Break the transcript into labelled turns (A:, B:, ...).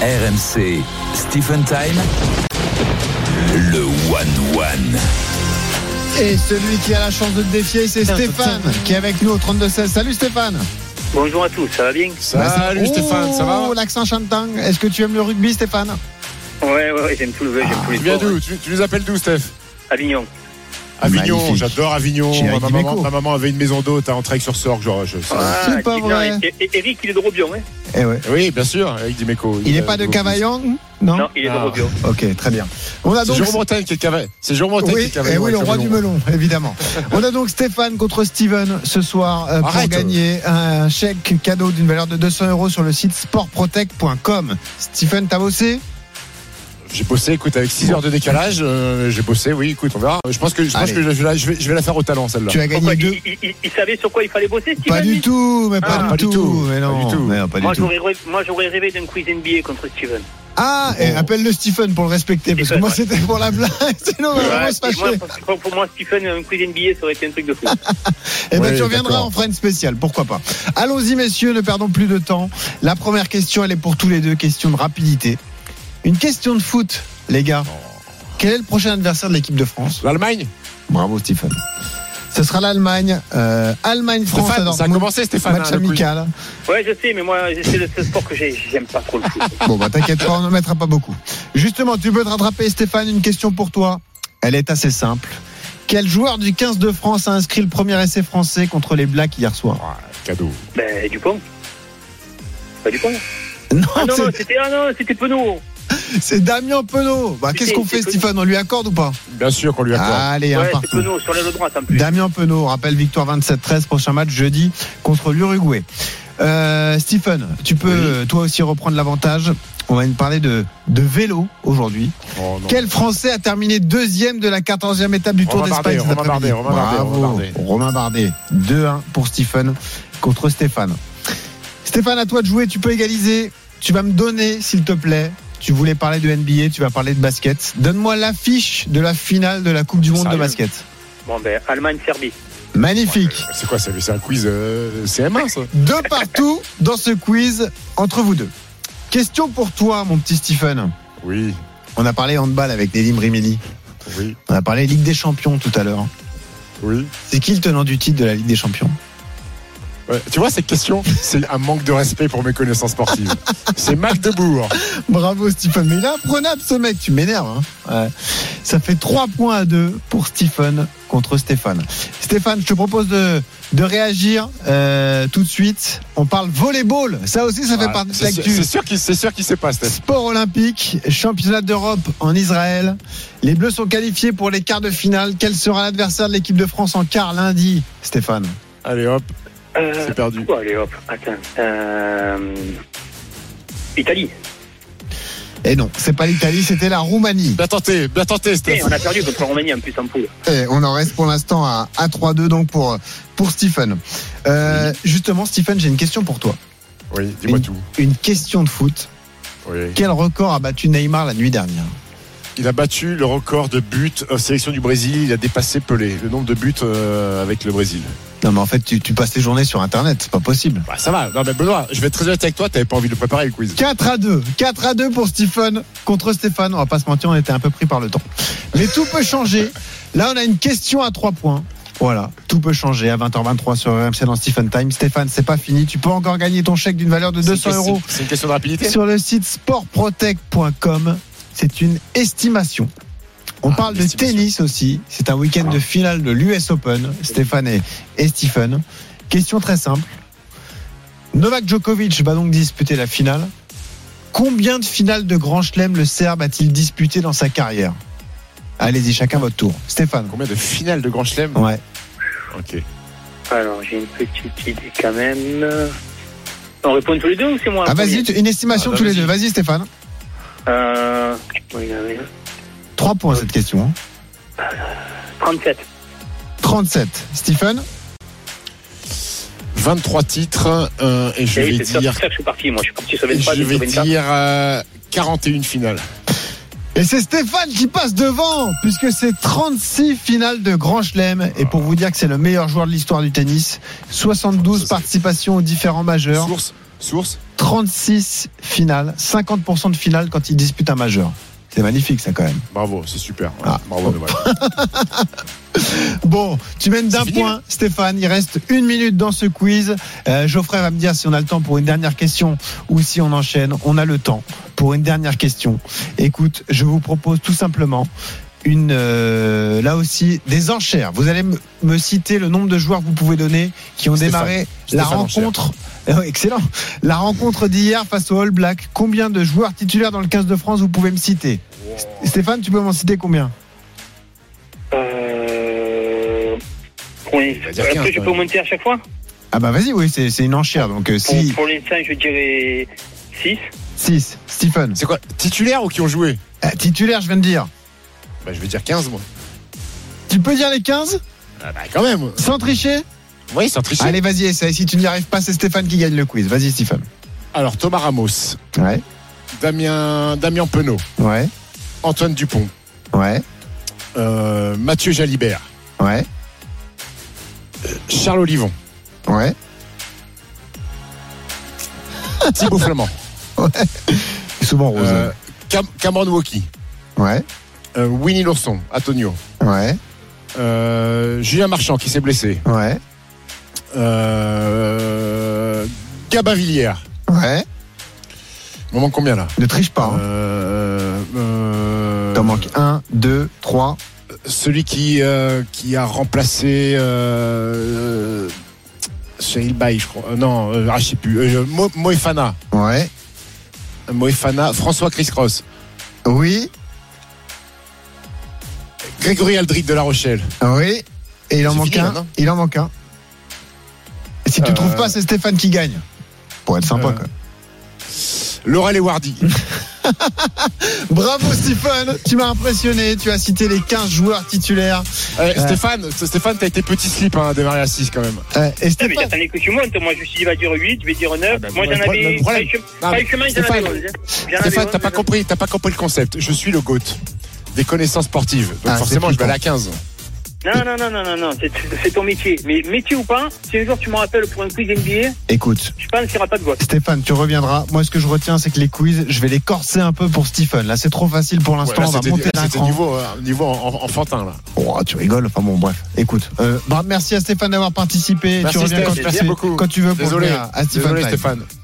A: RMC, Stephen Time, le One One.
B: Et celui qui a la chance de te défier, c'est Stéphane, qui est avec nous au 32-16. Salut Stéphane
C: Bonjour à tous, ça va bien
B: Bah, c'est- Oh, L'accent chantang. Est-ce que tu aimes le rugby, Stéphane
C: Ouais, ouais, ouais, j'aime tout le jeu, j'aime
B: Ah,
C: tous les
D: Tu viens
C: sports.
D: d'où tu, tu les appelles d'où, Steph
C: Avignon.
D: Avignon,
B: Magnifique.
D: j'adore Avignon.
B: Chez
D: Ma
B: Eric
D: maman,
B: Dimeco.
D: ma maman avait une maison d'hôte à Entraigues-sur-Sorgue. genre, je- ça-
B: C'est pas
C: bien.
B: vrai.
C: Ah, Et- et- Eric, il est de Robion, hein
B: Eh ouais.
D: Oui, bien sûr, Eric Dimeco.
B: Il n'est
D: est
B: pas de
D: beaucoup-
B: Cavaillon non,
C: Non, il est de
D: Ah.
C: Robion.
B: Ok, très bien. On a
D: C'est
B: donc.
D: Jérôme Montaigne qui est Cavaillon. C'est Jérôme Montaigne qui
B: Oui,
D: est Cavaillon.
B: eh oui,
D: ouais,
B: le roi
D: Cavaillon.
B: du melon, évidemment. On a donc Stéphane contre Steven ce soir euh, pour
D: Arrête.
B: gagner un chèque cadeau d'une valeur de 200 euros sur le site sportprotect.com. Stephen, t'as bossé
D: J'ai bossé, écoute, avec 6 heures de décalage. euh, J'ai bossé, oui, écoute, on verra. Je pense que, je, pense
B: Allez.
D: que je, vais la- je vais, je vais la faire au talent, celle-là.
B: Tu as gagné
C: Pourquoi
B: deux.
C: il, il- il- il savait sur quoi il fallait bosser, Steven
B: Pas du
C: lui
B: tout, mais pas,
C: Ah,
B: du,
D: pas du
B: tout.
D: tout,
B: Mais
D: pas
B: non,
D: du tout.
B: mais non, pas du
C: Moi,
B: tout.
C: j'aurais rêvé- Moi, j'aurais rêvé d'un quiz NBA contre Steven.
B: Ah, et appelle le Stephen pour le respecter, parce que
C: Stephen,
B: moi
C: ouais.
B: c'était pour la blague, sinon on va vraiment
C: Ouais,
B: Ah, se
C: et moi,
B: fâcher.
C: pour, pour moi, Stephen, un quiz NBA, ça aurait été un truc de fou.
B: Eh ben
D: Ouais,
B: tu reviendras
D: d'accord.
B: en freine spéciale, pourquoi pas. Allons-y messieurs, ne perdons plus de temps. La première question, elle est pour tous les deux, question de rapidité. Une question de foot, les gars. Quel est le prochain adversaire de l'équipe de France
D: L'Allemagne
B: Bravo Stephen. Ce sera l'Allemagne. euh, Allemagne-France à
D: Stéphane, ça a
B: Dortmund.
D: commencé, Stéphane.
B: Match
D: hein, le quiz.
B: amical.
C: Ouais, je sais, mais moi, c'est le seul sport que j'ai- j'aime pas trop le foot.
B: Bon, bah t'inquiète pas, on n'en mettra pas beaucoup. Justement, tu peux te rattraper, Stéphane, une question pour toi. Elle est assez simple. Quel joueur du 15 de France a inscrit le premier essai français contre les Blacks hier soir
D: Ouais, cadeau.
C: Ben, Dupont. Pas Dupont.
B: Non,
C: Ah non, non,
B: c'est-
C: c'était ah, non, c'était Penaud.
B: c'est Damien Penaud. Bah, qu'est-ce qu'on fait,
C: C'est-
B: Stéphane On lui accorde ou pas
D: Bien sûr qu'on lui accorde.
B: Allez, un
C: Ouais, c'est
B: partout.
C: Penaud, sur l'aile droite en plus.
B: Damien Penaud, rappelle victoire 27-13, prochain match jeudi contre l'Uruguay. Euh, Stephen, tu peux euh, toi aussi reprendre l'avantage. On va nous parler de, de vélo aujourd'hui.
D: Oh, non.
B: Quel Français a terminé deuxième de la 14e étape du Tour
D: Romain
B: d'Espagne
D: Bardet,
B: cet
D: Romain
B: après-midi
D: Bardet, Romain Bardet,
B: Bravo,
D: Romain
B: Romain Bardet.
D: Bardet.
B: 2-1 pour Stephen contre Stéphane. Stéphane, à toi de jouer, tu peux égaliser. Tu vas me donner, s'il te plaît. Tu voulais parler de NBA, tu vas parler de basket. Donne-moi l'affiche de la finale de la Coupe du Monde de
D: Sérieux
B: basket.
C: Bon, ben, Allemagne-Serbie.
B: Magnifique.
D: C'est quoi C'est c'est un quiz euh, CM1, ça
B: Deux partout dans ce quiz entre vous deux. Question pour toi, mon petit Stephen.
D: Oui,
B: On a parlé handball avec Nelim Rimini.
D: oui,
B: On a parlé Ligue des Champions tout à l'heure.
D: oui.
B: C'est qui le tenant du titre de la Ligue des Champions
D: Ouais, tu vois, cette question, c'est un manque de respect pour mes connaissances sportives. C'est Mac Debourg.
B: Bravo Stephen, mais il est imprenable ce mec, tu m'énerves. hein. Ouais. Ça fait 3 points à 2 pour Stephen contre Stéphane. Stéphane, je te propose de, de réagir euh, tout de suite. On parle volleyball, ça aussi ça fait
D: Voilà.
B: partie de
D: C'est sûr-
B: l'actu.
D: C'est sûr qu'il c'est sûr qu'il sait pas, Steph.
B: Sport olympique, championnat d'Europe en Israël. Les Bleus sont qualifiés pour les quarts de finale. Quel sera l'adversaire de l'équipe de France en quart lundi, Stéphane
D: Allez hop,
C: Euh,
D: c'est perdu.
C: Bon, allez hop, attends. Euh... Italie.
B: Eh non, c'est pas l'Italie, c'était la Roumanie.
D: Bien tenté, bien tenté,
C: Eh,
D: Steph.
C: on a perdu contre la Roumanie en plus en poule.
B: Et on en reste pour l'instant à, à 3-2 donc pour, pour Stephen. Euh, Justement, Stephen, j'ai une question pour toi.
D: Oui, dis-moi tout.
B: Une question de foot.
D: Oui.
B: Quel record a battu Neymar la nuit dernière
D: Il a battu le record de buts en sélection du Brésil. Il a dépassé Pelé, le nombre de buts euh, avec le Brésil.
B: Non mais en fait, tu, tu passes tes journées sur Internet, c'est pas possible.
D: Bah, ça va. Non, mais Benoît, je vais être très honnête avec toi. T'avais pas envie de le préparer le quiz.
B: 4 à 2. 4 à 2 pour Stephen contre Stéphane. On va pas se mentir, on était un peu pris par le temps. Mais tout peut changer. Là, on a une question à 3 points. Voilà, tout peut changer à 20h23 sur RMC dans Stephen Time. Stéphane, c'est pas fini. Tu peux encore gagner ton chèque d'une valeur de
D: C'est une
B: 200
D: question-
B: euros
D: C'est une question de rapidité.
B: sur le site sportprotect.com. C'est une estimation. On
D: Ah,
B: parle de
D: l'estimation.
B: tennis aussi. C'est un week-end de finale de l'US Open. Stéphane et, et Stephen. Question très simple. Novak Djokovic va donc disputer la finale. Combien de finales de Grand Chelem le Serbe a-t-il disputé dans sa carrière Allez-y, chacun votre tour. Stéphane.
D: Combien de finales de Grand Chelem
B: Ouais.
D: Ok.
C: Alors, j'ai une petite idée quand même. On répond tous les deux ou c'est moi
B: Ah,
C: le
B: vas-y,
C: premier
B: tu- une estimation
D: Ah,
B: tous les
D: vas-y.
B: deux. Vas-y, Stéphane.
C: Euh... oui, oui, oui.
B: 3 points cette question. hein.
C: 37.
B: 37. Stephen
D: 23 titres euh, et je
C: Eh
D: vais
C: oui, c'est ça,
D: dire,
C: c'est ça que je suis parti, moi. Je suis parti sur 23,
D: je
C: sur
D: vais
C: 24.
D: dire euh, 41 finales.
B: Et c'est Stéphane qui passe devant, puisque c'est 36 finales de Grand Chelem. Et pour vous dire que c'est le meilleur joueur de l'histoire du tennis, 72
D: Ça, c'est-
B: participations aux différents majeurs.
D: Source, Source
B: 36 finales, 50% de finales quand il dispute un majeur. C'est magnifique ça quand même.
D: Bravo, c'est super. ouais.
B: Ah.
D: Bravo, Noël.
B: Bon, tu mènes d'un
D: C'est fini, hein.
B: point, Stéphane. Il reste une minute dans ce quiz. Euh, Geoffrey va me dire si on a le temps pour une dernière question ou si on enchaîne. On a le temps pour une dernière question. Écoute, je vous propose tout simplement une, euh, là aussi, des enchères. Vous allez me- me citer le nombre de joueurs que vous pouvez donner qui ont
D: Stéphane.
B: démarré la
D: Stéphane Enchère.
B: rencontre. Euh, excellent. La rencontre d'hier face au All Black. Combien de joueurs titulaires dans le 15 de France vous pouvez me citer Stéphane, tu peux m'en citer combien
C: Euh... Oui.
D: va dire quinze,
C: Après, je
D: quand
C: peux
D: même.
C: monter à chaque fois
B: Ah bah vas-y, oui, c'est c'est une enchère. Donc euh,
C: Pour,
B: si
C: pour l'instant, je dirais 6.
B: 6. Stephen.
D: C'est quoi Titulaire ou qui ont joué
B: Euh, titulaire, je viens de dire.
D: bah, Je vais dire 15, moi.
B: Tu peux dire les 15
D: Ah, bah, quand même.
B: Sans tricher
D: Oui, sans tricher.
B: Allez, vas-y, essaye. Si tu n'y arrives pas, c'est Stéphane qui gagne le quiz. Vas-y, Stéphane.
D: Alors, Thomas Ramos,
B: Ouais,
D: Damien, Damien Penaud,
B: ouais,
D: Antoine Dupont,
B: ouais,
D: euh, Mathieu Jalibert,
B: ouais,
D: Charles Olivon,
B: ouais.
D: Thibaut Flamand,
B: Souvent rose.
D: euh, Cam- Cameron Woki,
B: Ouais,
D: euh, Winnie Lourson, Antonio,
B: ouais,
D: euh, Julien Marchand qui s'est blessé,
B: ouais,
D: euh, Gabin Villière.
B: ouais.
D: Il m'en manque combien là
B: Ne triche pas. hein.
D: Euh, euh,
B: T'en manques 1, 2, 3.
D: Celui qui, euh, qui a remplacé euh, euh, Cheryl Bay, je crois. Euh, non, euh, ah, je sais plus. Euh, Mo- Moefana.
B: Ouais.
D: Moefana, François Chris Cross,
B: Oui,
D: Grégory Aldrit de La Rochelle.
B: oui. Et il en
D: C'est
B: manque
D: fini, là,
B: un.
D: non
B: Il en manque un. Et si tu
D: Euh,
B: trouves pas, c'est Stéphane qui gagne. Pour être sympa,
D: Euh,
B: quoi.
D: Laurel Euh, et Wardy.
B: Bravo, Stéphane. Tu m'as impressionné. Tu as cité les 15 joueurs titulaires.
D: Eh, Stéphane, Stéphane, t'as été petit slip hein, à démarrer à 6 quand même.
B: Euh, et
C: Ah, mais
B: Stéphane,
C: j'attendais que tu montes. Moi, je me suis dit, il va dire 8, je vais dire 9.
D: Ah, bah,
C: Moi,
D: le
C: j'en
D: pro- le
C: avais. Pas
D: problème-
C: le chem-
D: Non,
C: pas le chemin, j'en avais
D: Stéphane,
C: 11.
D: Stéphane, t'as pas compris, t'as pas compris le concept. Je suis le GOAT des connaissances sportives. Donc
B: Ah,
D: forcément,
B: c'est
D: je vais aller à 15.
C: Non, non, non, non, non, non. c'est- C'est ton métier. Mais métier ou pas, si un jour tu me rappelles pour un quiz NBA,
B: écoute.
C: je pense qu'il n'y aura pas de vote.
B: Stéphane, tu reviendras. Moi, ce que je retiens, c'est que les quiz, je vais les corser un peu pour Stéphane. Là, c'est trop facile pour
D: Ouais,
B: l'instant.
D: là,
B: on va
D: C'était
B: monter
D: là,
B: d'un
D: c'était
B: cran.
D: niveau, euh, niveau en- enfantin là.
B: Oh, tu rigoles. Enfin bon, bref. Écoute, euh, bah, merci à Stéphane d'avoir participé.
D: Merci,
B: tu reviens
D: Steph.
B: quand,
C: Merci
B: tu,
D: beaucoup.
B: quand tu veux pour
D: Désolé.
B: venir à, à Stéphane.
D: Désolé
B: Time.
D: Stéphane.